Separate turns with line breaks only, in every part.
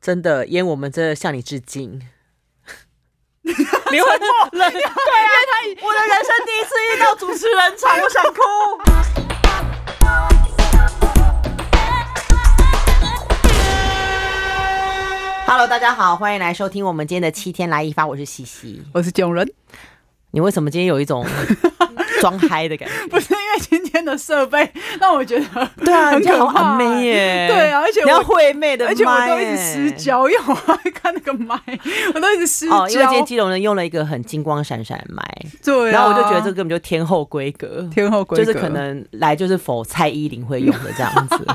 真的烟，我们真的向你致敬。你会 冷对啊，我的人生第一次遇到主持人场，我想哭。Hello，大家好，欢迎来收听我们今天的七天来一发，我是西西。
我是囧人，
你为什么今天有一 种装嗨的感觉？
不是因为今天的设备 让我觉得
对啊，
很
你好
可
很
怕
妹耶。
对啊而且我
你要惠妹的麦耶，
而且我都一直失焦，因为我爱看那个麦， 我都一直失焦。
哦，因为今天基隆人用了一个很金光闪闪的麦，
对啊、
然后我就觉得这根本就天后规格，
天后规
就
格
是可能来就是否蔡依林会用的这样 子，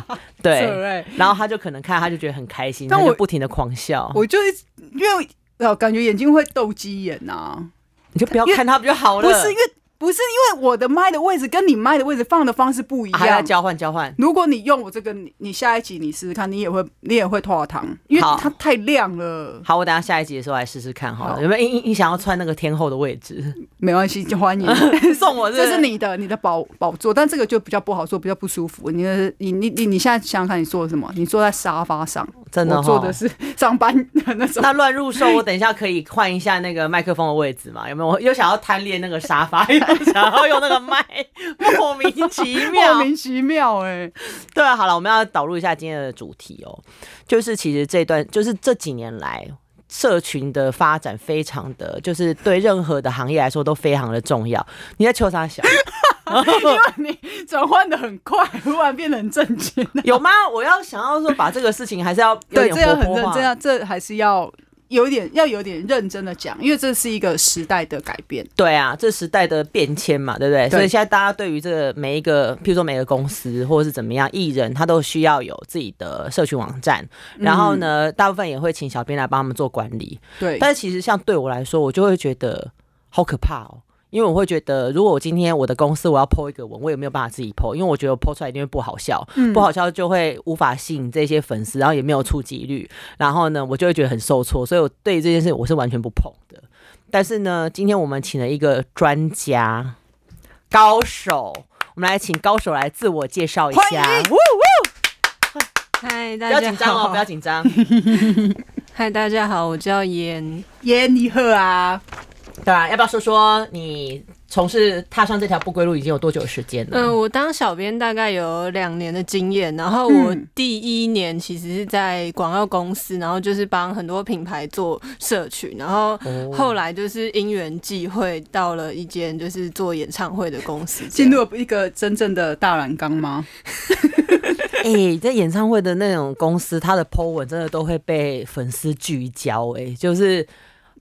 对。
对，
然后他就可能看，他就觉得很开心，
但
他就
我
不停的狂笑。
我就一直因为呃感觉眼睛会斗鸡眼呐、啊，
你就不要
因为
看他不就好了？
不是因为不是因为我的麦的位置跟你麦的位置放的方式不一
还要
样。
交换交换。
如果你用我这个，你你下一集你试试看，你也会你也会脱糖，因为
好
它太亮了。
好，我等一下下一集的时候来试试看好了，
好
有没有你你你想要穿那个天后的位 置？
没关系，欢迎。
送我
这是你的你的宝宝座，但这个就比较不好坐，比较不舒服。你的你你你你现在想想看，你坐什么？你坐在沙发上，
真的哦
我坐
哈
的。是 上班的那种。
那乱入兽，我等一下可以换一下那个麦克风的位置嘛？有没有？我又想要贪恋那个沙发，又想要用那个麦， 莫名其 妙。
莫名其妙哎、
对啊，好了，我们要导入一下今天的主题哦，就是其实这段就是这几年来。社群的发展非常的，就是对任何的行业来说都非常的重要。你在求啥 小？
因为你转换的很快，忽然变得很正经。
有吗？我要想要说把这个事情还是要有
对，
点
这要
活
很
泼
认
化
真，。要这还是要有点要有点认真的讲，因为这是一个时代的改变。
对啊，这时代的变迁嘛，对不对？
对
所以现在大家对于这个每一个，譬如说每个公司或者是怎么样，艺人他都需要有自己的社群网站，然后呢，
嗯
大部分也会请小编来帮他们做管理。
对，
但其实像对我来说，我就会觉得好可怕哦，因为我会觉得，如果我今天我的公司我要 PO 一个文，我也没有办法自己 PO，因为我觉得我 PO 出来一定会不好笑，
嗯
不好笑就会无法吸引这些粉丝，然后也没有触及率，然后呢，我就会觉得很受挫，所以我对这件事我是完全不碰的。但是呢，今天我们请了一个专家高手，我们来请高手来自我介绍一
欢
下。
迎，
嗨，
不
大
要
家
紧张哦，
好。
不要紧张。
嗨，大家好，我叫妍。
耶尼赫啊，
对啊，要不要说说你从事踏上这条不归路已经有多久的时间了？
嗯、我当小编大概有两年的经验，然后我
嗯
第一年其实是在广告公司，然后就是帮很多品牌做社群，然后
哦
后来就是因缘际会到了一间就是做演唱会的公司，
进入了一个真正的大染缸吗？
哎、在演唱会的那种公司，他的 po 文真的都会被粉丝聚焦、哎，就是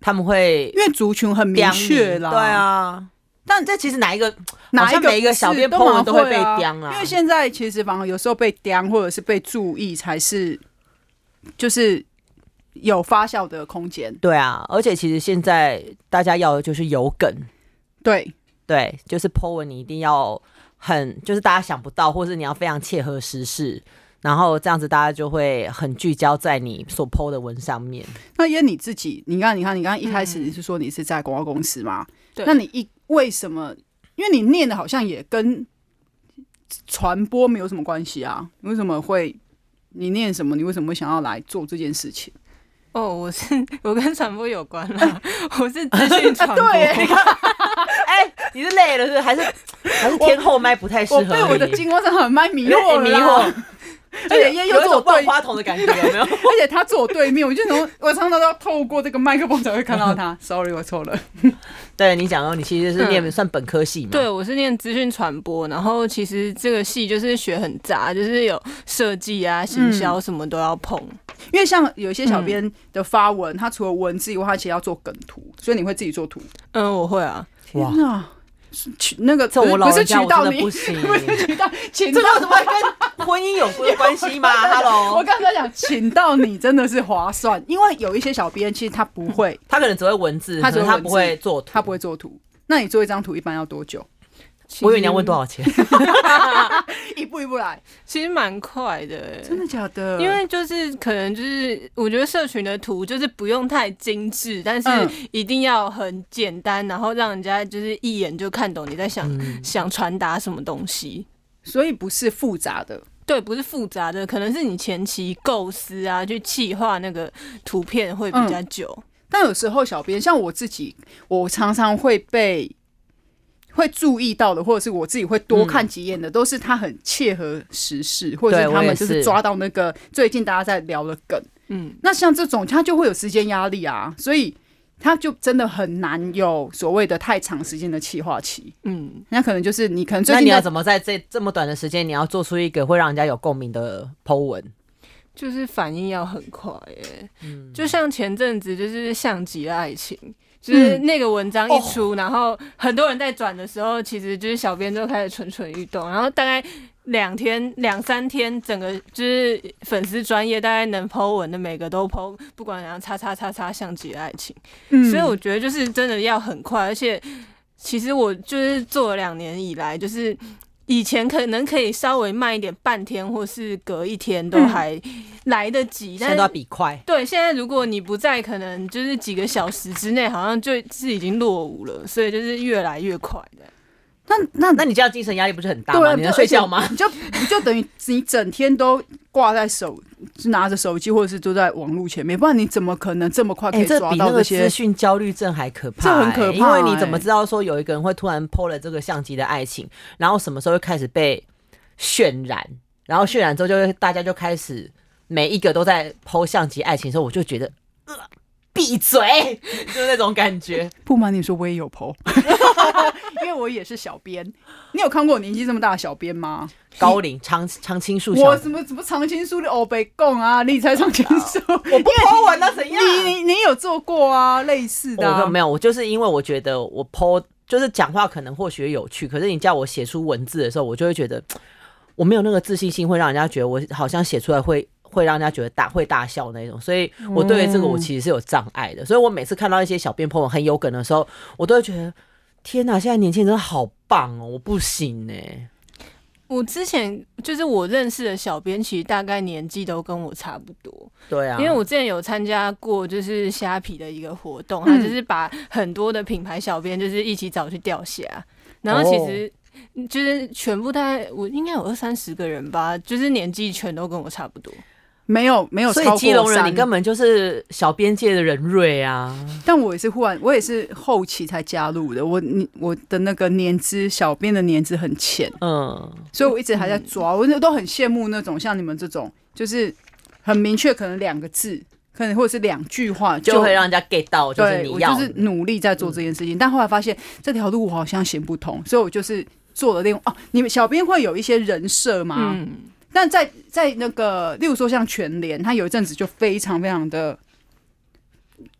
他们会
因为族群很明
刁
确
你
啦。
对啊。但这其实哪一个
哪一
好像
个
每一个
不是
小编
都
po 文
蛮
都会
会啊
被刁啦
因为现在其实反而有时候被刁或者是被注意才是，就是有发酵的空间。
对啊，而且其实现在大家要的就是有梗，
对，
对，就是 po 文你一定要很，就是大家想不到，或是你要非常切合时事，然后这样子大家就会很聚焦在你所 po 的文上面。
那因为你自己，你看，你看，你刚刚一开
嗯
始你是说你是在广告公司嘛？
对
那你一为什么？因为你念的好像也跟传播没有什么关系啊？你为什么会？你念什么？你为什么会想要来做这件事情？
哦，我是我跟传播有关 啦，我是资讯传播。
啊对
哎、你是累了是不是？ 还是还是天后麦不太适合
我
你？
被我的金光闪很麦 迷
有点
惑了
迷
啦，
惑，
而且又又是我对
花筒的感觉，有没 有？
而且他坐我对面，我就从我常常都要透过这个麦克风才会看 到他。Sorry，我错了。
对你讲哦，你其实是念
嗯
算本科系嘛？
对，我是念资讯传播，然后其实这个系就是学很杂，就是有设计啊、
嗯
行销什么都要碰。
因为像有些小编的发文，他除了文字以外，他其实要做梗图，所以你会自己做图。
嗯，我会啊。
哇
天，哪，是渠那个
这
不
我
是
老
不是
人
渠
家我
道
真的
你
不，行。
不是渠道，请
这
到
个怎么会跟婚姻有关系 吗
我
？Hello，
刚才讲，请到你真的是划算，因为有一些小编其实他不会，
他可能只会文字，
他
可
只会
能他不
文
会做图。
他不会做图。那你做一张图一般要多久？
我以为你要问多少 钱？
一步一步来，
其实蛮快的欸、
真的假的？
因为就是可能就是我觉得社群的图就是不用太精致，但是
嗯
一定要很简单，然后让人家就是
嗯
一眼就看懂你在想、想传达什么东西。
所以不是复杂的，
对，不是复杂的，可能是你前期构思啊，去企划那个图片会
嗯
比较久。
但有时候小编像我自己，我常常会被会注意到的，或者是我自己会
嗯
多看几眼的，都是他很切合时事，或者
对
是他
我也
们
是
就是抓到那个最近大家在聊的梗。
嗯，
那像这种，他就会有时间压力啊，所以他就真的很难有所谓的太长时间的企划期。
嗯，
那可能就是你可能最
那
近
你要
在
怎么在这这么短的时间，你要做出一个会让人家有共鸣的 Po 文？
就是反应要很快耶、就像前阵子就是像极了爱情。就是那个文章一出，然后很多人在转的时候，其实就是小编就开始蠢蠢欲动，然后大概两天两三天，整个就是粉丝专业大概能 Po 文的每个都 Po，不管然后叉叉叉叉像极了爱情。
嗯
所以我觉得就是真的要很快，而且其实我就是做了两年以来，就是以前可能可以稍微慢一点，半天或是隔一天都还来得
现
及，
在
但
都要
是。
比快，
对，现在如果你不在，可能就是几个小时之内，好像就是已经落伍了，所以就是越来越快的。
那那
那你这样精神压力不是很大
对
吗？
啊
你能
就
睡觉吗？
你就你就等于你整天都挂在手，拿着手机或者是都在网络前面，不然你怎么可能这么快可
哎、
以
这
抓
比
到
那个
些
资？讯焦虑症还可怕、
这很
哎
可怕
因为你怎
哎
么知道说有一个人会突然剖了这个相机的爱情，然后什么时候会开始被渲染，然后渲染之后就会大家就开始每一个都在剖相机爱情的时候，我就觉得，呃，闭嘴， 就是那种感 觉。
不瞒你说，我也有剖， 因为我也是小编。你有看过我年纪这么大的小编吗？
高龄常常青树小
我什么什么常青树的欧北贡啊，你才 常青树，
我不剖
啊
文了怎样？
你你你有做过啊？类似的、
哦我
啊
没，有，我就是因为我觉得我剖就是讲话可能或许有趣，可是你叫我写出文字的时候，我就会觉得嗯我没有那个自信心，会让人家觉得我好像写出来会。会让人家觉得大会大笑那种，所以
嗯
我对于这个我其实是有障碍的，所以我每次看到一些小编朋友很有梗的时候，我都会觉得天哪，现在年轻人真的好棒哦，我不行欸呢、
我之前就是我认识的小编，其实大概年纪都跟我差不多，
对啊，
因为我之前有参加过就是虾皮的一个活动，
嗯
它就是把很多的品牌小编就是一起找去钓虾，然后其
哦
实。嗯就是全部大概我应该有二三十个人吧，就是年纪全都跟我差不多。
没有没有
所以
超过
基隆人你
三
根本就是小边界的人瑞啊，
但我也是忽然，我也是后期才加入的。我你我的那个年资，小编的年资很浅，
嗯，
所以我一直还在抓。我都很羡慕那种像你们这种，就是很明确，可能两个字，可能或者是两句话
就会让人家 get 到，就是
对
你
我
要
就是努力在做这件事情。但后来发现这条路我好像行不通，所以我就是做了另哦、你们小编会有一些人设吗？
嗯，
但在在那个，例如说像全联，他有一阵子就非常非常的，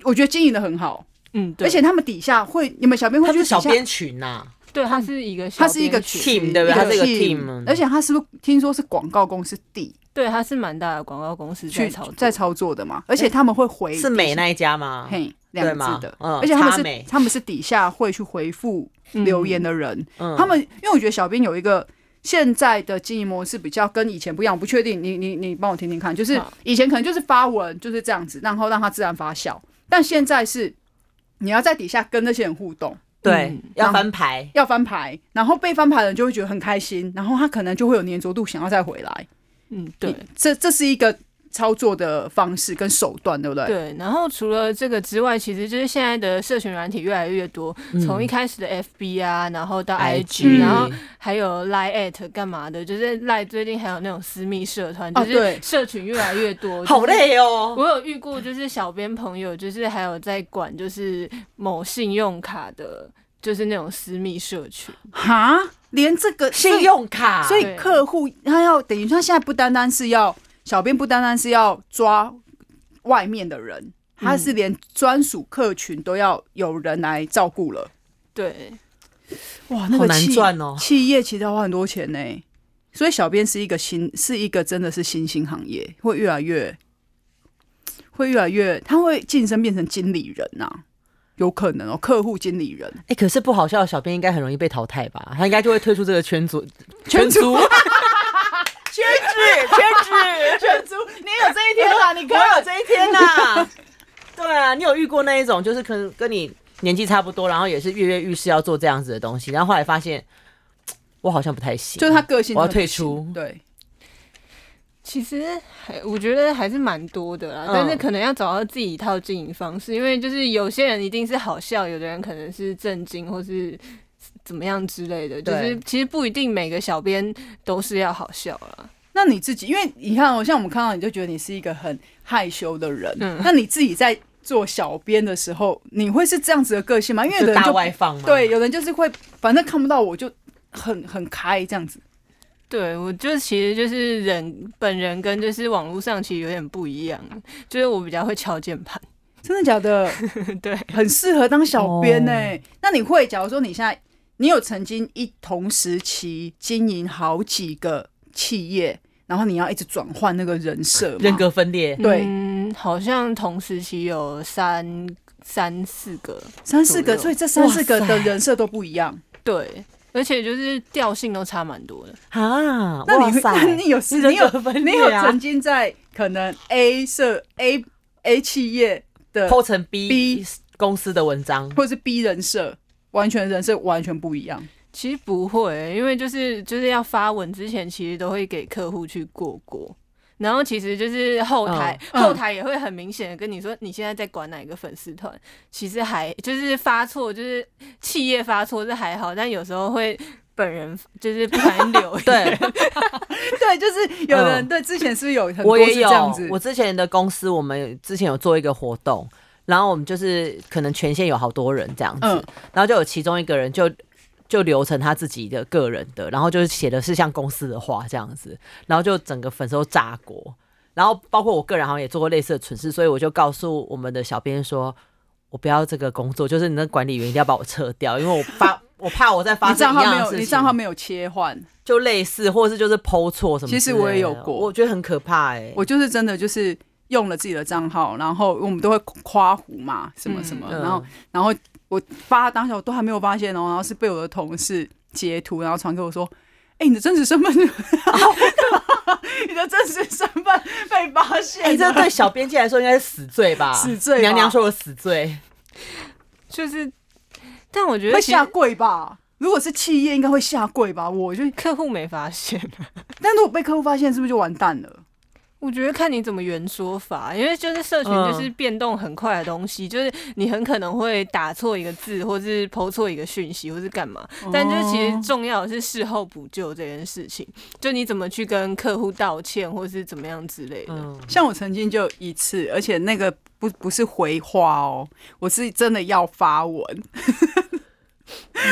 我觉得经营的很好。
嗯，对，
而且他们底下会，你们小编会
他
去
是
底下
小，编群啊呐、
对，它是一个小
他
编群，
是一个
team，对不对
个
他是一个 team
而且他是不是听说是广告公司底
对，它是蛮大的广告公司在
去
操作
在操作的嘛？而且他们会回
是美那一家吗？
嘿两个字的
对，吗嗯
而且他们
差美
是他们是底下会去回复留言
的，
的人，
嗯
他们因为我觉得小编有一个。现在的经营模式比较跟以前不一样，我不确定你你你帮我听听看，就是
好
以前可能就是发文就是这样子，然后让它自然发酵，但现在是你要在底下跟那些人互动，
对
嗯
要翻牌，
要翻牌，然后被翻牌的人就会觉得很开心，然后他可能就会有粘着度，想要再回来。
嗯，对，
你，这这是一个操作的方式跟手段，对不对？
对，然后除了这个之外，其实就是现在的社群软体越来越多，从一开始的 FB 啊，然后到
哎
嗯
IG，、然后还有 Line at 干嘛的，就是 Line 最近还有那种私密社团，
啊
就是
对
社群越来越 多，
好。累哦。
我有遇过，就是小编朋友，就是还有在管，就是某信用卡的，就是那种私密社群。
哈，连这个
信，用卡，
所以所
对
以客户他要等于他现在不单单是要小编，不单单是要抓外面的人，他是连专属客群都要有人来照顾了。
对，
哇，那
好
个
难
企
赚哦
企业其实要花很多钱呢、所以小编是一个新，是一个真的是新兴行业，会越来越，会越来越，他会晋升变成经理人呐、有可能哦，客户经理人，
哎，可是不好笑的小编应该很容易被淘汰吧？他应该就会退出这个圈组，
圈
圈 组，
圈子，圈子， 圈子，你有这一天啦，你可以有这一
天哪！对啊，你有遇过那一种，就是可能跟你年纪差不多，然后也是跃跃欲试要做这样子的东西，然后后来发现我好像不太行，
就是他个性
我要
真的
退
不行
出
对，
其实还我觉得还是蛮多的啦，
嗯
但是可能要找到自己一套经营方式，因为就是有些人一定是好笑，有的人可能是震惊或是怎么样之类的，就
对
是其实不一定每个小编都是要好笑啦。
那你自己，因为你看哦，像我们看到你就觉得你是一个很害羞的人，
嗯
那你自己在做小编的时候，你会是这样子的个性吗？因为有
就
的人
大
就
外放嘛。
对，，有人就是会，反正看不到我就很很开这样子。
对，我就其实就是人本人跟就是网络上其实有点不一样，就是我比较会敲键盘，
真的假的？
对，
很适合当小编呢、
哦
那你会，假如说你现在，你有曾经一同时期经营好几个企业，然后你要一直转换那个人设吗，
人格分裂，
对
嗯，好像同时期有三三四个，
三四个，
左右
所以这三四个
哇
的
塞
人设都不一样。
对，而且就是调性都差蛮多的。
啊，
那
哇
你会，
塞
那你有时你
人
有
格分
你有
裂啊
曾经在可能 A 社 A A 企业的，
，po 成 B
B
公司的文章，
或者是 B 人设，完全人设完全不一样。
其实不会、因为就是就是要发文之前，其实都会给客户去过过。然后其实就是后台，
嗯
后台也会很明显的跟你说，你现在在管哪个粉丝团。其实还就是发错，就是企业发错是还好，但有时候会本人就是不小心留言。
对
对，就是有人
嗯
对之前是不是有很多
我
是
也
这样
有
子，？
我之前的公司，我们之前有做一个活动，然后我们就是可能全县有好多人这样子，
嗯
然后就有其中一个人就。就留成他自己的个人的，然后就是写的是像公司的话这样子，然后就整个粉丝都炸锅，然后包括我个人好像也做过类似的蠢事，所以我就告诉我们的小编说，我不要这个工作，就是你那管理员一定要把我撤掉，因为我发 我怕我再发
你账
生一
号没
样的
有，
事
你
情，
账号没有切换，
就类似，或者是就是剖错什么之类的。
其实我也有过
我觉得很可怕哎、
我就是真的就是用了自己的账号，然后我们都会夸胡嘛，什么什么，
嗯
然后然后我发当下我都还没有发现哦，然后是被我的同事截图，然后传给我说。哎、你的真实身份，你的真实身份被发现了。
哎、这对小编辑来说应该是死罪吧？
死罪吧
娘娘说的死罪，
就是，但我觉得
会
其实
下跪吧？如果是企业，应该会下跪吧？我就，
客户没发现。
但如果被客户发现，是不是就完蛋了？
我觉得看你怎么圆说法，因为就是社群
嗯
就是变动很快的东西，就是你很可能会打错一个字，或是抛错一个讯息，或是干嘛。但就是其实重要的是事后补救这件事情，就你怎么去跟客户道歉，或是怎么样之类的。
嗯，
像我曾经就一次，而且那个不不是回话哦，我是真的要发文，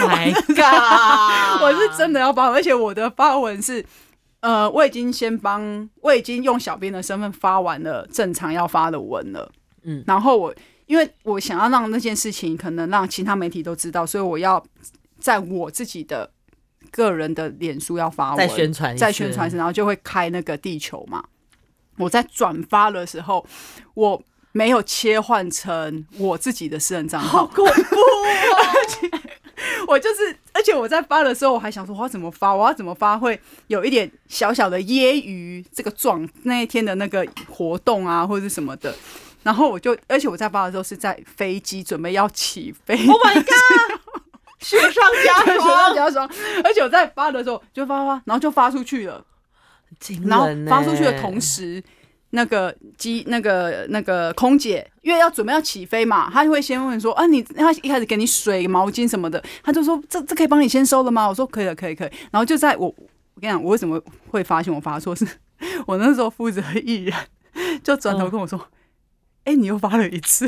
，Oh ，My God，
我是真的要发文，而且我的发文是，呃，我已经先帮，我已经用小编的身份发完了正常要发的文了，
嗯
然后我因为我想要让那件事情可能让其他媒体都知道，所以我要在我自己的个人的脸书要发文，
在宣传，
在啊宣传时，，然后就会开那个地球嘛。我在转发的时候，我没有切换成我自己的私人账号，
恐怖哦
我就是，而且我在发的时候，我还想说我要怎么发，我要怎么发会有一点小小的揶揄这个状那一天的那个活动啊，或者是什么的。然后我就，而且我在发的时候是在飞机准备要起飞
！Oh my God，雪上加
的时候，
霜，
加霜，而且我在发的时候就发发，然后就发出去了。
惊
然后
人欸
发出去的同，时，那个机那个那个空姐，因为要准备要起飞嘛，她就会先问说：“啊，你她一开始给你水、毛巾什么的，她就说这这可以帮你先收了吗？”我说：“可以了，可以，可以。”然后就在我我跟你讲，我为什么会发现我发错是， 我那时候负责艺人就转头跟我说：“哎、你又发了一次。”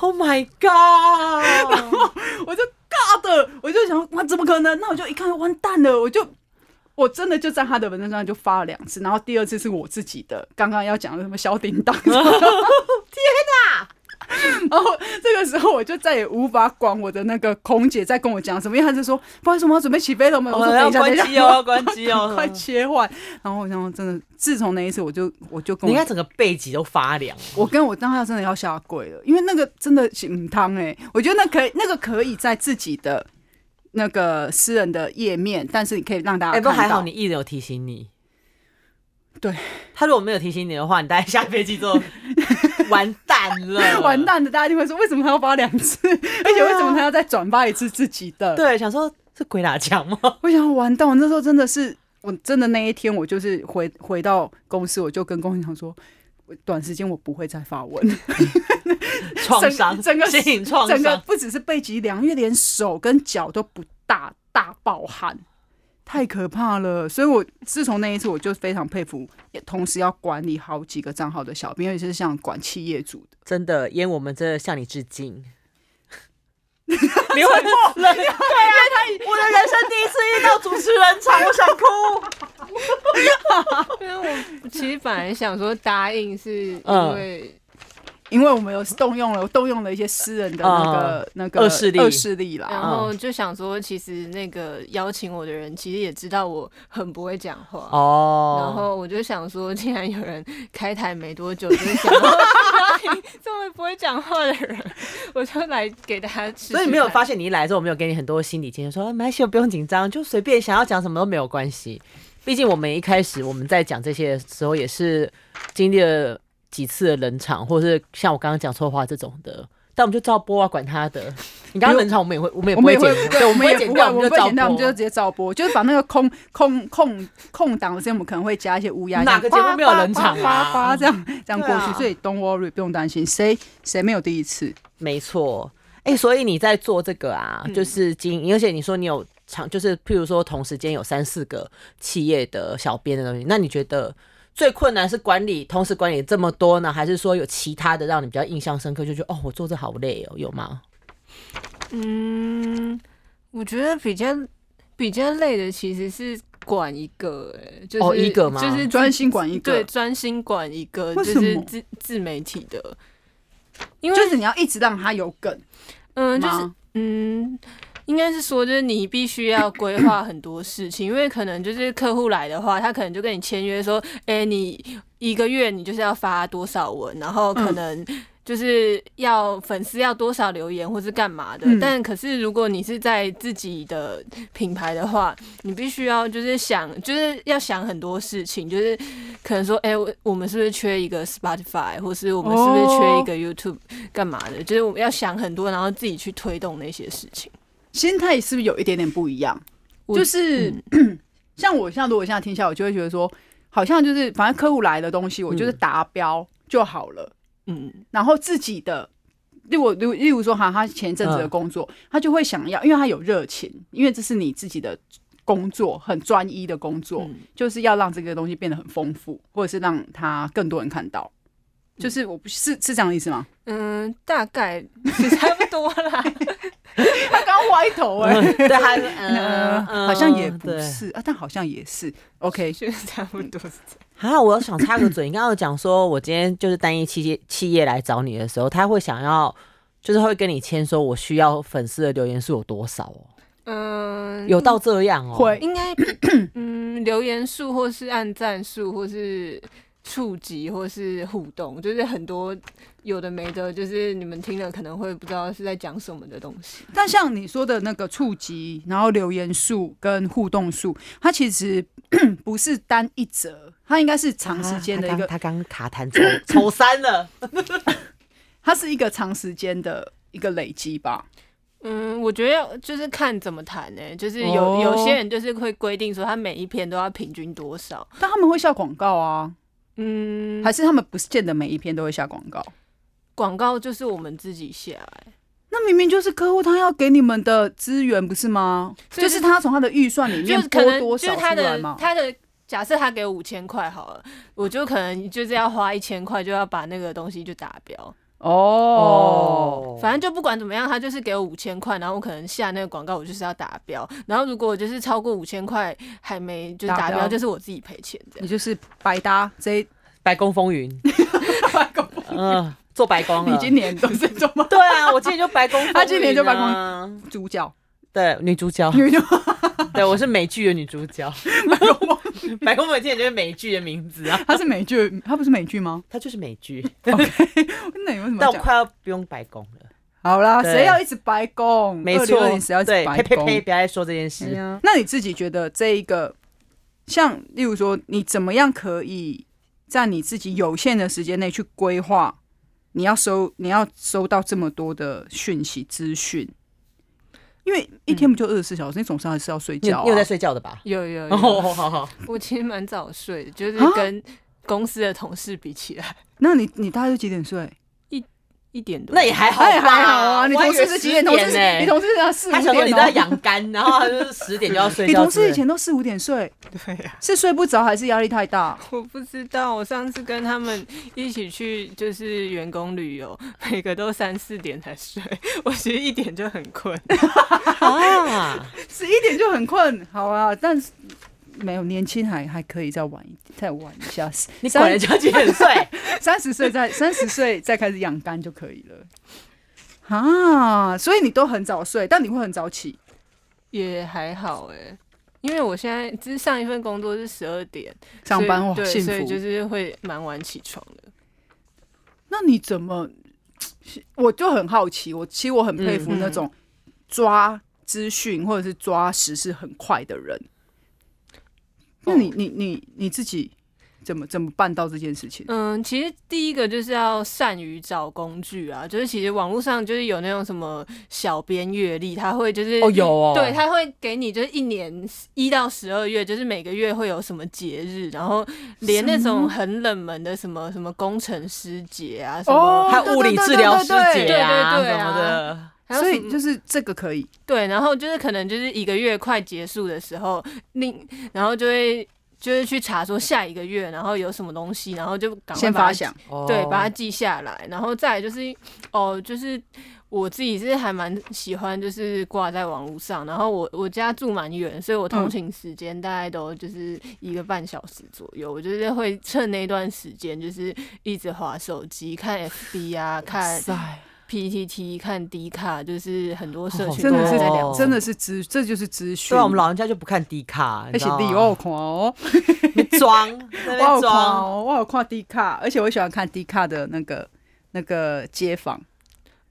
，Oh my God，
我就尬的，我就想，哇，怎么可能？那我就一看，完蛋了，我就。我真的就在他的文章上就发了两次，然后第二次是我自己的，刚刚要讲的什么小叮当， 天哪！ 然后这个时候我就再也无法管我的那个空姐在跟我讲什么，因为她就说不好意思，我们要准备起飞了，我们我
我
说
们
等
要关
一下，等一下，
机哦，要关机
赶 快
哦。
切换。然后我想说，真的，自从那一次我就我就跟
你
我
应该整个背脊都发凉，
我跟我当下真的要下跪了，因为那个真的很汤哎，我觉得那可以，那个可以在自己的那个私人的页面，但是你可以让大家
哎，
看
不
到。
过还好你艺人有提醒你。
对
他如果没有提醒你的话，你大概下飞机之 后完蛋了，
完蛋的，大家就会说为什么他要发两次，而且为什么他要再转发一次自己的？
啊对，想说是鬼打墙吗？
我想完蛋，我那时候真的是。我真的那一天，我就是回回到公司，我就跟工程长说，我短时间我不会再发文，
创伤，
整个
心灵创
整个
伤，
不只是背脊梁，因为连手跟脚都不大大爆汗，太可怕了。所以我自从那一次，我就非常佩服，也同时要管理好几个账号的小编，尤其是像管企业主的。
真的，烟，我们真的向你致敬。 你会对啊，我的人生第一次遇到主持人场，我想哭。
因为我其实本来想说答应是因
嗯
为
因为我们有动用了动用了一些私人的那个、那个
啊恶势力
恶势力
嗯
啦，
然后就想说，其实那个邀请我的人其实也知道我很不会讲话。
哦，
然后我就想说，竟然有人开台没多久就想要 邀请这么不会讲话的人，我就来给大家吃。
所以你没有发
现，
现，你一来的时候，我们有给你很多心理建设，说没关系，不用紧张，就随便想要讲什么都没有关系。 毕竟我们一开始我们在讲这些的时候，也是经历了几次的冷场，或者是像我刚刚讲错话这种的，但我们就照播啊，管他的。你刚刚冷场，我们也会，我们也
我
不会
们也会
剪，，
对，我
我
们
们
也
也不
不会
会，
我
我们就照
们不剪掉，我们就
播啊
直。接照播，就是把那个空空空空档的时间，我们可能会加一些乌鸦。
哪个节目没有冷场啊
叭叭叭这样这样
对
过
啊
去，所以 don't worry，不用担心，谁谁没有第一次？
没错，哎、所以你在做这个啊，
嗯
就是经营，而且你说你有长，就是譬如说同时间有三四个企业的小编的东西，那你觉得最困难是管理，同时管理这么多呢，还是说有其他的让你比较印象深刻，就觉得哦，我做这好累哦，有 吗？
嗯，我觉得比较比较累的其实是管一个、哎，就是、
哦一个吗
就是自
专心管一
对
个，
专心管一个，
为
就
什
是
么
自自媒体的，因为
就是你要一直让他有梗，
嗯，就是
吗
嗯，应该是说，就是你必须要规划很多事情，因为可能就是客户来的话，他可能就跟你签约说，哎、你一个月你就是要发多少文，然后可
嗯
能就是要粉丝要多少留言或是干嘛的。
嗯
但可是如果你是在自己的品牌的话，你必须要就是想，就是要想很多事情，就是可能说，哎、我我们是不是缺一个 Spotify，或是我们是不是缺一个 YouTube 干嘛的？就是我们要想很多，然后自己去推动那些事情。
心态是不是有一点点不一样？
我嗯
就是、 像我现在，如果现在听下来，我就会觉得说，好像就是反正客户来的东西，我就是
嗯
达标就好了。
嗯，
然后自己的，例如例如例如说哈，他前一阵子的
嗯
工作，他就会想要，因为他有热情，因为这是你自己的工作，很专一的工作，
嗯
就是要让这个东西变得很丰富，或者是让他更多人看到。就是我不是是这样的意思吗？
嗯，大概差不多啦。
他刚歪头哎、
嗯
欸
对，还、
呃
嗯嗯
好像也不
对
是啊，但好像也是。OK，
就是差不多是这样。
啊，我想插个嘴，你刚刚有讲说，我今天就是单一企业企业来找你的时候，他会想要，就是会跟你签说，我需要粉丝的留言数有多少哦，
嗯，
有到这样哦，
会
应该嗯，留言数或是按赞数或是。触及或是互动，就是很多有的没的，就是你们听了可能会不知道是在讲什么的东西。
但像你说的那个触及，然后留言数跟互动数，它其实 不是单一折，它应该是长时间的一
啊
个，
啊他刚他刚卡痰 抽抽三了，
它是一个长时间的一个累积吧。
嗯，我觉得要就是看怎么谈呢、就是有、
哦
有些人就是会规定说他每一篇都要平均多少，
但他们会下广告啊，
嗯，
还是他们不见得每一篇都会下广告？
广告就是我们自己下来，
那明明就是客户他要给你们的资源，不是吗？
所以
就是他从他的预算里面
就是
拨
可能
多
就是
少出
他
来
的
嘛。
他的假设他给我五千块好了，我就可能就是要花一千块就要把那个东西就达标，
哦，
哦，
反正就不管怎么样，他就是给我五千块，然后我可能下那个广告我就是要达标，然后如果我就是超过五千块还没就是
达
达
标
标，就是我自己赔钱这
你
样。
就是白搭 这一
白宫风云，
白宫，
嗯，做白宫
你
了。
今年都是做 吗？
对啊，我今年就白宫风云啊，
他今年就白主角，
对女主角，
女主
对我是美剧的女主角。白宫风云今年就是美剧的名字啊，
他是美剧，他不是美剧吗？
它就是美剧，
那你为什么
但
要
我
讲？
快要不用白宫了。
好啦，
对
谁要一直白宫？
没错
2020谁要，一直
对，
白
呸呸呸，
宫？
不要再说这件
哎
事。
呀那你自己觉得这一个，像例如说，你怎么样可以在你自己有限的时间内去规划？你要收，你要收到这么多的讯息资讯，因为一天不就二十四小时，你总是还是要睡
你有
觉、啊。
嗯你有在睡觉的吧？
有有
哦，
有，
好好好，
我其实蛮早睡的，就是
啊
跟公司的同事比起来，
那你你大概是几点睡？
一点多。
那也还好吧，
哎，还好啊。你
我还
同
以为
事是几
10
点？同事
呢
是你同事是四
他
五
想说
点
你
哦
在养肝，然后他就是十点就要睡
你
觉。
同事以前都四五点睡，
对呀、
是睡不着还是压力太大？
我不知道。我上次跟他们一起去就是员工旅游，每个都三四点才睡， 我其实一点就很困。
啊，
十一点就很困，好啊，但是没有年轻还还可以再玩一再玩一下，
你管人家几点睡？
三十岁再三十岁再开始养肝就可以了。啊，所以你都很早睡，但你会很早起。
也还好哎、因为我现在就是上一份工作是十二点
上班
所以
哇，
对，
幸
所以
福。
就是会蛮晚起床的。
那你怎么？我就很好奇，我其实我很佩服
嗯嗯
那种抓资讯或者是抓时事很快的人。那你你你你自己怎么怎么办到这件事情？
嗯，其实第一个就是要善于找工具啊，就是其实网络上就是有那种什么小编阅历，他会就是
哦，有哦，
对，他会给你就是一年一到十二月，就是每个月会有什么节日，然后连那种很冷门的什么什么工程师节啊，什 么、
哦
还有物理治疗师
对对对啊
姐啊
对对对
什么的，
还有
所
什
以
么
就是这个可以，
对，然后就是可能就是一个月快结束的时候，另然后就会就是去查说下一个月然后有什么东西，然后就赶快
先
把它
发想。
哦
对，把它记下来，然后再来就是，哦，就是我自己是还蛮喜欢，就是挂在网络上。然后我我家住蛮远，所以我通
嗯
勤时间大概都就是一个半小时左右。我就是会趁那段时间，就是一直划手 机，看 FB 啊，看
塞，
PTT，看 D 卡，就是很多社
哦
群
真
都
的是
在
哦
聊。
真的是资，这就是资讯。
对啊，我们老人家就不看低卡，
而且
你知
你我
道
有
吗
看哦，
没 装，在那
我有
边
看
装，
哦，我有看 D 卡，而且我喜欢看 D 卡的那个那个街访，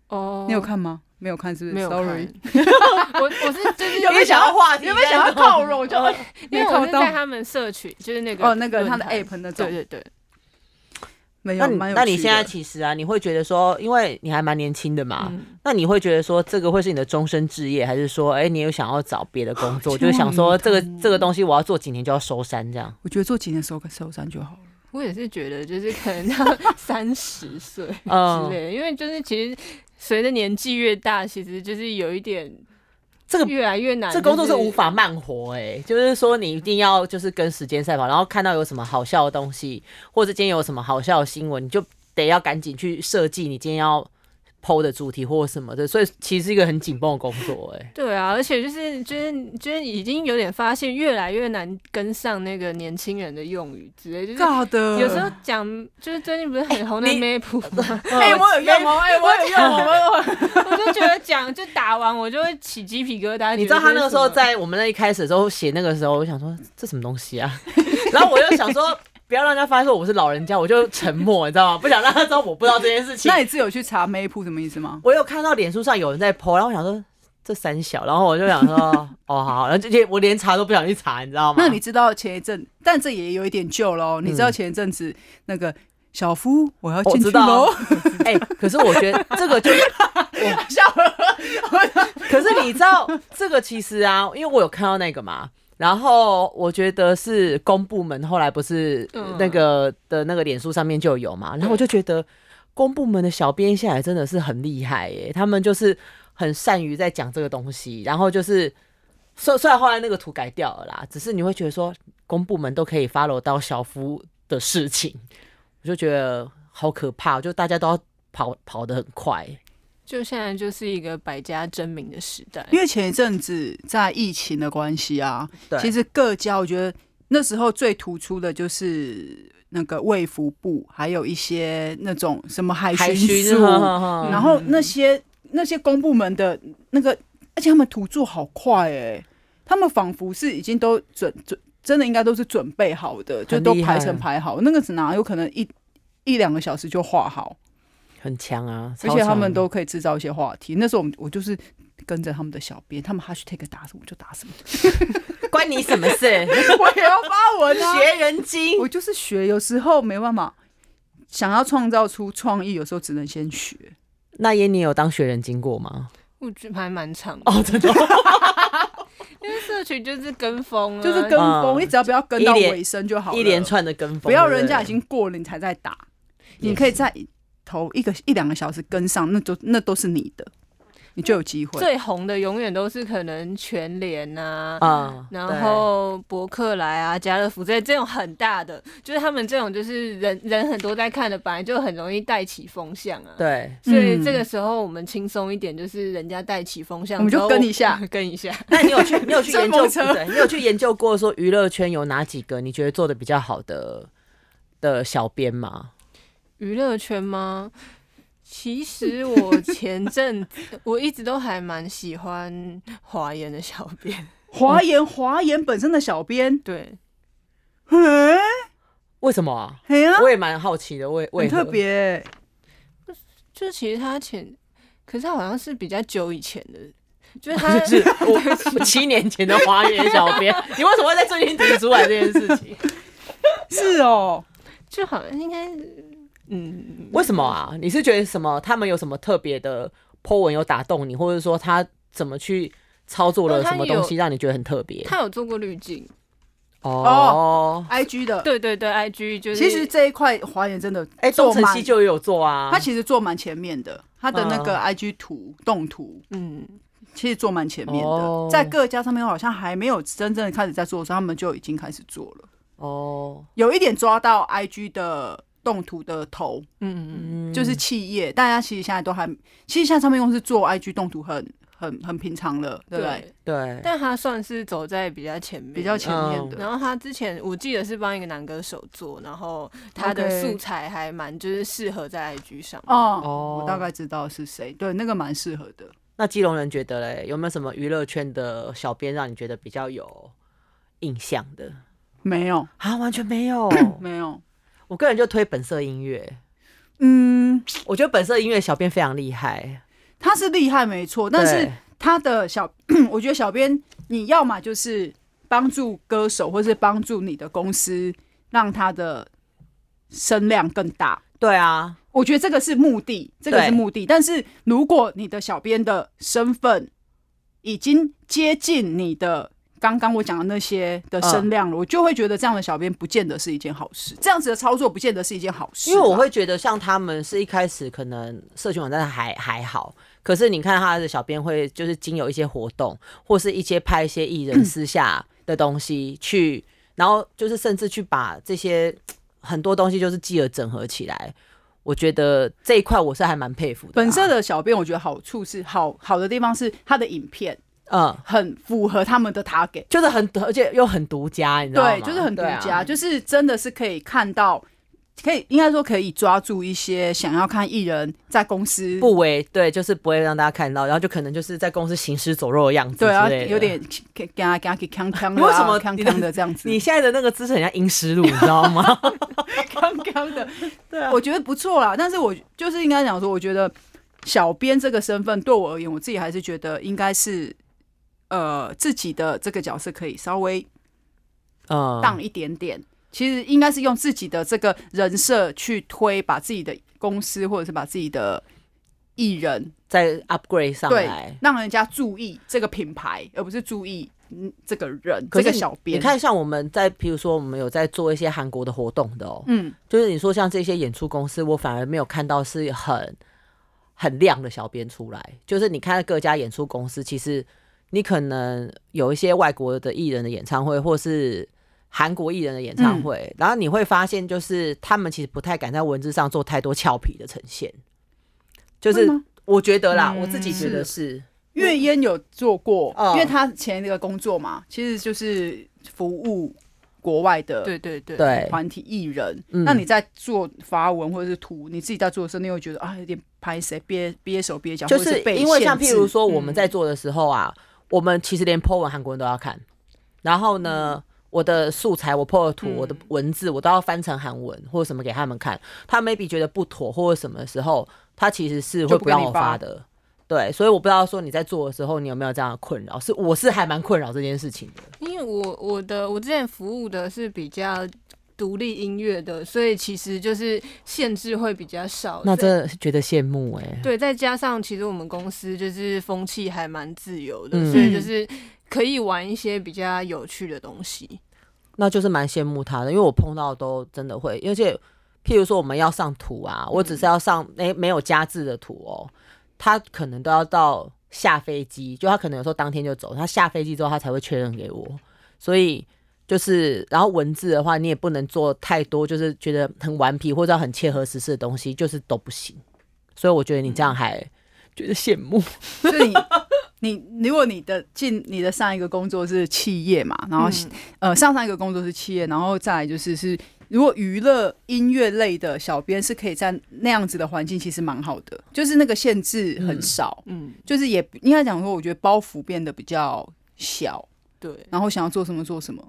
哦
你有？看吗？没有看是不是？
没有
s o r
看
r，
我我是就是
有没有想要话题？
有没有想要靠拢？就会
因
没
为我
靠
是
到
在他们社群，就是那个
哦，那个
论
他的
坛
app 那
对
种，
对对，
没
那
有
你
蛮有趣的。
那你现在其实啊，你会觉得说，因为你还蛮年轻的
啊
嘛，
嗯
那你会觉得说这个会是你的终身置业，还是说，哎、你有想要找别的工
嗯
作，就是想说这个
天哪
这个东西我要做几年就要收山这样？
我觉得做几年收个收山就好了。
我也是觉得，就是可能到三十岁之
嗯，
类的，因为就是其实随着年纪越大，其实就是有一点
这个
越来越难。
这工作是
就
无法慢活哎、啊就是说你一定要就是跟时间赛跑，然后看到有什么好笑的东西，或者今天有什么好笑的新闻，你就得要赶紧去设计你今天要剖的主题或什么的，所以其实是一个很紧绷的工作哎、
对啊，而且就是就是就是已经有点发现，越来越难跟上那个年轻人的用语之类，就是
尬的，
有时候讲就是最近不是很红的
你
map 吗？
嗯
哎，我有用哦，哎，我有用哦，我有
我就觉得讲就打完我就会起鸡皮疙瘩。
哎你知道他那个时候
觉得这是什么
在我们那一开始的时候写那个时候，我想说这什么东西啊？ 然后我就想说不要让人家发现我是老人家，我就沉默，你知道吗？不想让他知道我不知道这件事情
那。你自己有去查 map 什么意思吗？
我有看到脸书上有人在 po，然后我想说这三小，然后我就想说哦好，然后这些我连查都不想去查，你知道吗？
那你知道前一阵，但这也有一点旧喽。你知道前一阵子那个小夫，我要
嗯哦我
进
知
去
道
喽，，
哎、可是我觉得这个就是
笑
可是你知道这个其实啊，因为我有看到那个嘛，然后我觉得是公部门后来不是
嗯
那个的那个脸书上面就有嘛，然后我就觉得公部门的小编下来真的是很厉害耶、他们就是很善于在讲这个东西，然后就是虽虽然后来那个图改掉了啦，只是你会觉得说公部门都可以 follow 到小夫的事情，我就觉得好可怕，就大家都要跑跑得很快。
就现在就是一个百家争鸣的时代。
因为前一阵子在疫情的关系啊，
对
其实各家我觉得那时候最突出的就是那个卫福部，还有一些那种什么海
海
巡 署，
呵呵呵
然后那些那些公部门的那个，而且他们土著好快哎、他们仿佛是已经都准准，真的应该都是准备好的，就
很
都
厉害
排成排好，那个哪有可能一一两个小时就画好？
很强啊，
而
超
且他
强
们都可以制造一些话题。那时候我们我就是跟着他们的小编，他们 hashtag 打什么就打什么，
关你什么事？
我也要发文啊！
学人精，
我就是学，有时候没办法，想要创造出创意，有时候只能先学。
那耶，你有当学人经过吗？
我觉得还蛮长的，
哦，真的，
因为社群就是跟风啊，
就是跟风，
嗯
你只要不要跟到
一连
尾声就好了，
一连串的跟风，
不要
对
人
对
家已经过了你才在打，
也
你可以在头一个一两个小时跟上，那就那都是你的，你就有机会。
最红的永远都是可能全联啊。
啊，
然后博客来啊、家乐福这这种很大的，就是他们这种就是人人很多在看的，本来就很容易带起风向啊。，
对，
所以这
嗯
个时候我们轻松一点，就是人家带起风向之后，
我们就跟一下
跟一下。
那你有 去你有去研
顺
究
风车
对，你有去研究过说娱乐圈有哪几个你觉得做的比较好的的小编吗？
娱乐圈吗？其实我前阵子 我一直都还蛮喜欢华研的小编，
华研，华研本身的小编，
对，
嘿，
为什么啊？
嘿呀，
我也蛮好奇的，为为
很
何
特别欸。
就其实他前，可是他好像是比较久以前的，就是 他
就是 我我七年前的华研小编， 你为什么会在最近提出来这件事 情？
是哦，
就好像应该，嗯，
为什么啊？你是觉得什么？他们有什么特别的 po 文有打动你，或者说他怎么去操作了
哦他
什么东西让你觉得很特别？
他有做过滤镜，
哦，
IG 的，
对对对，IG 就是
其实这一块华研真的
哎，
做
钟晨
蛮
曦，就有做啊，
他其实做蛮前面的，他的那个
嗯
IG 图动图
嗯，
其实做蛮前面
哦
的，在各家上面好像还没有真正开始在做的时候，他们就已经开始做了，
哦，
有一点抓到 IG 的动图的头，
嗯嗯
嗯
就是企业，大家其实现在都还，其实现在唱片公司做 IG 动图很很很平常了，对
对，
不对？
对，
但他算是走在比较前面，
比较前面
对嗯
的，
然后他之前我记得是帮一个男歌手做，然后他的
OK
素材还蛮就是适合在 IG 上面。
哦
哦，
我大概知道是谁，对，那个蛮适合的。
那基隆人觉得嘞，有没有什么娱乐圈的小编让你觉得比较有印象的？
没有，
啊，完全没有。
没有，
我个人就推本色音乐，
嗯，
我觉得本色音乐小编非常厉害，
他是厉害没错，但是
对
他的小， 我觉得小编你要嘛就是帮助歌手，或是帮助你的公司，让他的声量更大。
对啊，
我觉得这个是目的，这个
对
是目的。但是如果你的小编的身份已经接近你的刚刚我讲的那些的声量了，我就会觉得这样的小编不见得是一件好事，这样子的操作不见得是一件好事吧。
因为我会觉得像他们是一开始可能社群网站还还好，可是你看他的小编会就是经有一些活动，或是一些拍一些艺人私下的东西去，然后就是甚至去把这些很多东西就是继而整合起来。我觉得这一块我是还蛮佩服的、
本色，的小编，我觉得好处是好好的地方是他的影片
嗯，
很符合他们的 target，
就是很，而且又很独家，你知道吗？
对，就是很独
对啊
家，就是真的是可以看到。可以，应该说可以抓住一些想要看艺人在公司
不为对，就是不会让大家看到，然后就可能就是在公司行尸走肉的样子，
对啊，有。点给给他给他给康康的啊，
为什么
康
你的
康的这样子？
你现 在的那个姿势很像阴尸路，你知道吗？
康康的，
对啊
我觉得不错啦。但是我就是应该讲说，我觉得小编这个身份对我而言，我自己还是觉得应该是呃自己的这个角色可以稍微
嗯，
荡一点点。其实应该是用自己的这个人设去推，把自己的公司或者是把自己的艺人
再 upgrade 上
对
来。
让人家注意这个品牌，而不是注意嗯这个人
可
这
是
个
你
小编。
你，看，像我们在，比如说我们有在做一些韩国的活动的哦，
嗯，
就是你说像这些演出公司，我反而没有看到是很很亮的小编出来。就是你看各家演出公司，其实你可能有一些外国的艺人的演唱会，或是韩国艺人的演唱会，
嗯
然后你会发现，就是他们其实不太敢在文字上做太多俏皮的呈现。就
会
是
吗
我觉得啦，
嗯
我自己觉得是，
月烟有做过，
嗯
因为他前一个工作嘛，其实就是服务国外的
对对对，
对，
团体艺人。
嗯
那你在做发文或者是图，你自己在做的时候，你会觉得啊，有点拍谁憋憋手憋脚，
就
或者
是
是被
因为像譬
限制嗯
如说我们在做的时候啊，我们其实连 po 文韩国人都要看，然后
嗯
呢，我的素材、我 po 的图、
嗯
我的文字，我都要翻成韩文或者什么给他们看。他 maybe 觉得不妥或者什么时候，他其实是会
就不
不让
给你
我
发
发的。对，所以我不知道说你在做的时候，你有没有这样的困扰？是我是还蛮困扰这件事情的。
因为我我的我之前服务的是比较独立音乐的，所以其实就是限制会比较少。
那
再
真的是觉得羡慕哎、
对，再加上其实我们公司就是风气还蛮自由的，
嗯
所以就是可以玩一些比较有趣的东西。
那就是蛮羡慕他的，因为我碰到都真的会，而且譬如说我们要上图啊，我
嗯
只是要上诶、没有加字的图哦，他可能都要到下飞机，就他可能有时候当天就走，他下飞机之后他才会确认给我，所以。就是，然后文字的话，你也不能做太多，就是觉得很顽皮或者很切合时事的东西，就是都不行。所以我觉得你这样
嗯
还觉得羡 慕，
所以你你如果你的进你的上一个工作是企业嘛，
嗯
然后、
嗯
呃上上一个工作是企业，然后再来就是是如果娱乐音乐类的小编是可以在那样子的环境，其实蛮好的，就是那个限制很少，
嗯，
就是也应该讲说，我觉得包袱变得比较小，
对。
然后想要做什么做什么。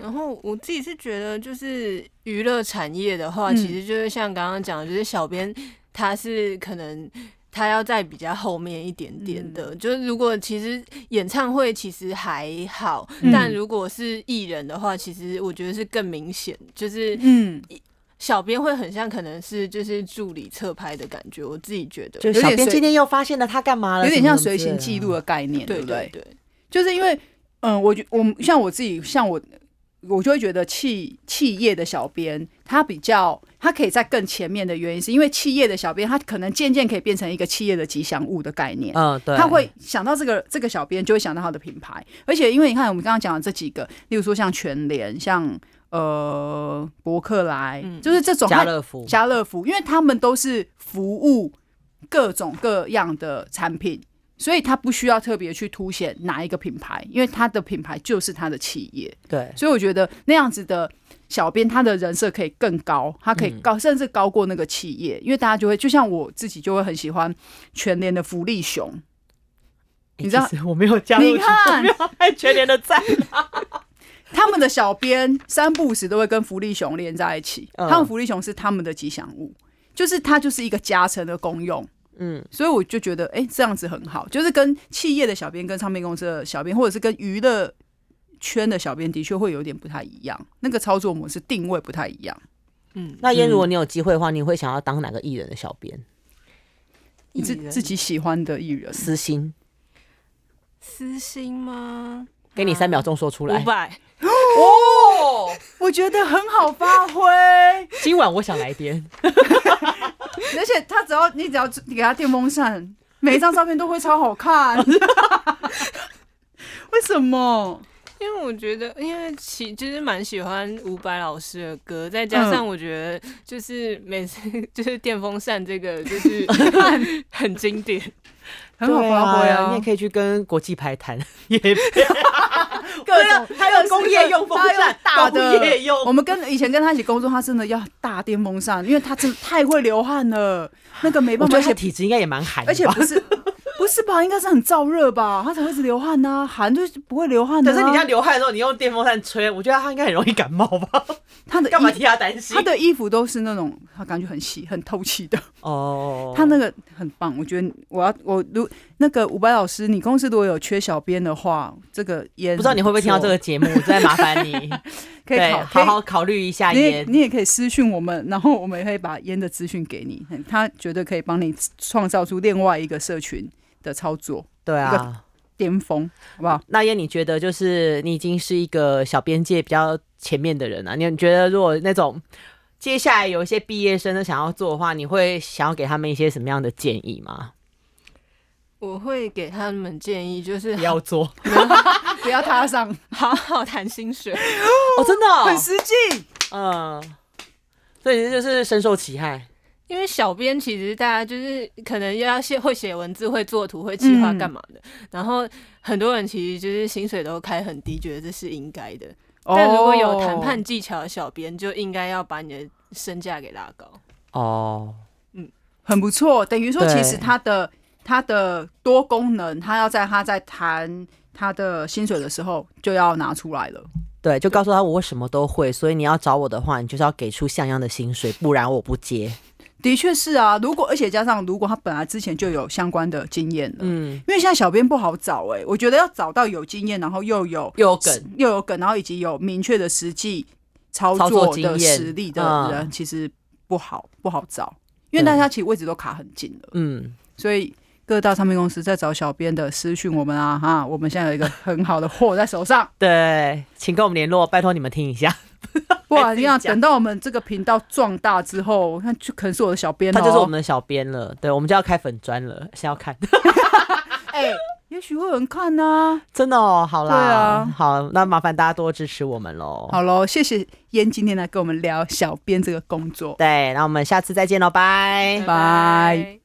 然后我自己是觉得，就是娱乐产业的话，
嗯
其实就是像刚刚讲的，就是小编他是可能。他要在比较后面一点
嗯
点的，就是如果其实演唱会其实还好，
嗯
但如果是艺人的话，其实我觉得是更明显，就是
嗯，
小编会很像，可能是就是助理侧拍的感觉，我自己觉得，
就
有点
小编
随
今天又发现了他干嘛了，
嗯有点像
什么
随
什么
行
之类
记
的
录的概念，
对
不对？
对，
就是因为，嗯，我觉我像我自己，像我，我就会觉得企企业的小编他比较，他可以在更前面的原因，是因为企业的小编他可能渐渐可以变成一个企业的吉祥物的概念。
嗯，对，
他会想到这个这个小编，就会想到他的品牌。而且因为你看我们刚刚讲的这几个，例如说像全联、像呃伯克莱，
嗯
就是这种
家
他
乐福，
家乐福，因为他们都是服务各种各样的产品，所以他不需要特别去凸显哪一个品牌，因为他的品牌就是他的企业，
对，
所以我觉得那样子的。小编他的人设可以更高，他
嗯
可以高，甚至高过那个企业，因为大家就会，就像我自己就会很喜欢全联的福利熊，你知道
欸其实我没有加入，
你看
我没 有 按全年的赞，
他们的小编三不五时都会跟福利熊连在一起，
嗯
他们福利熊是他们的吉祥物，就是它就是一个加成的功用。
嗯，
所以我就觉得，哎、这样子很好，就是跟企业的小编、跟唱片公司的小编，或者是跟娱乐圈的小编，的确会有点不太一样，那个操作模式定位不太一样。
嗯，
那燕，如果你有机会的话，你会想要当哪个艺人的小编？
你自
艺人
自己喜欢的艺人，
私 心，
私心吗？
给你三秒钟说出来
五。百，
哦，
我觉得很好发挥，
今晚我想来点，
而且他只要你只要你给他电风扇，每一张照片都会超好看。 为什么？
因为我觉得，因为其就是蛮喜欢伍佰老师的歌，再加上我觉得就是每次 就是电风扇这个就是 很经典，
很好发挥啊
对啊你也可以去跟国际牌谈， 也各种啊还有工业用风扇，
大的
工业用，
我们跟以前跟他一起工作，他真的要大电风扇，因为他真的太会流汗 了，那个没
我
办
觉
法，
得
而
他
且
体质应该也蛮寒的吧，
而且不是不是吧？应该是很燥热吧，他才会一直流汗呐、寒就是不会流汗的、
可
啊。
是你家流汗的时候，你用电风扇吹，我觉得他应该很容易感冒吧？
他 的
干嘛
衣
替他担心
他？的衣服都是那种，他感觉很细、很透气的。
哦，
他那个很棒，我觉得我要我如那个伍佰老师，你公司如果有缺小编的话，这个也
不知道你会不会听到这个节目，真的麻烦你，
可以
对好
考
好考虑一下
你也
烟。
你也可以私讯我们，然后我们也可以把烟的资讯给你，嗯他绝对可以帮你创造出另外一个社群的操作
对
一
啊
个。巅峰，好 不好？
那燕，你觉得就是你已经是一个小边界比较前面的人了、啊你你觉得如果那种接下来有一些毕业生的想要做的话，你会想要给他们一些什么样的建议吗？
我会给他们建议， 就是
不要做哦，
不要踏上，
好好谈薪水。
真的、 哦
很，实际。
嗯，所以这就是深受其害。
因为小编其实大家就是可能要写会写文字、会做图、会企划
嗯
干嘛的，然后很多人其实就是薪水都开很低，觉得这是应该的。但如果有谈判
哦，
技巧的小编，就应该要把你的身价给拉高。
哦，
很不错，等于说
对
其实他的他的多功能，他要在他在谈他的薪水的时候就要拿出来了。
对，就告诉他我什么都会，所以你要找我的话，你就是要给出像样的薪水，不然我不接。
的确是啊，如果而且加上，如果他本来之前就有相关的经验了，
嗯，
因为现在小编不好找哎、我觉得要找到有经验，然后又有
又有梗，
又有梗，然后以及有明确的实际操
操作
作
经
的
验嗯
实力的人，其实不好不好找，因为大家其实位置都卡很紧了，
嗯，
所以。各大唱片公司在找小编的私讯我们啊哈，我们现在有一个很好的货在手 上，
对，请跟我们联络，拜托你们听一下。
不
自
然这
己
样
讲
等到我们这个频道壮大之后，那就可能是我的小编、哦，
他就是我们的小编了，对，我们就要开粉砖了，先要看，
哎、也许会有人看啊呐、
真的哦，好啦，
对啊
好，那麻烦大家多支持我们喽。
好喽，谢谢燕今天来跟我们聊小编这个工作。
对，那我们下次再见喽，拜。
拜。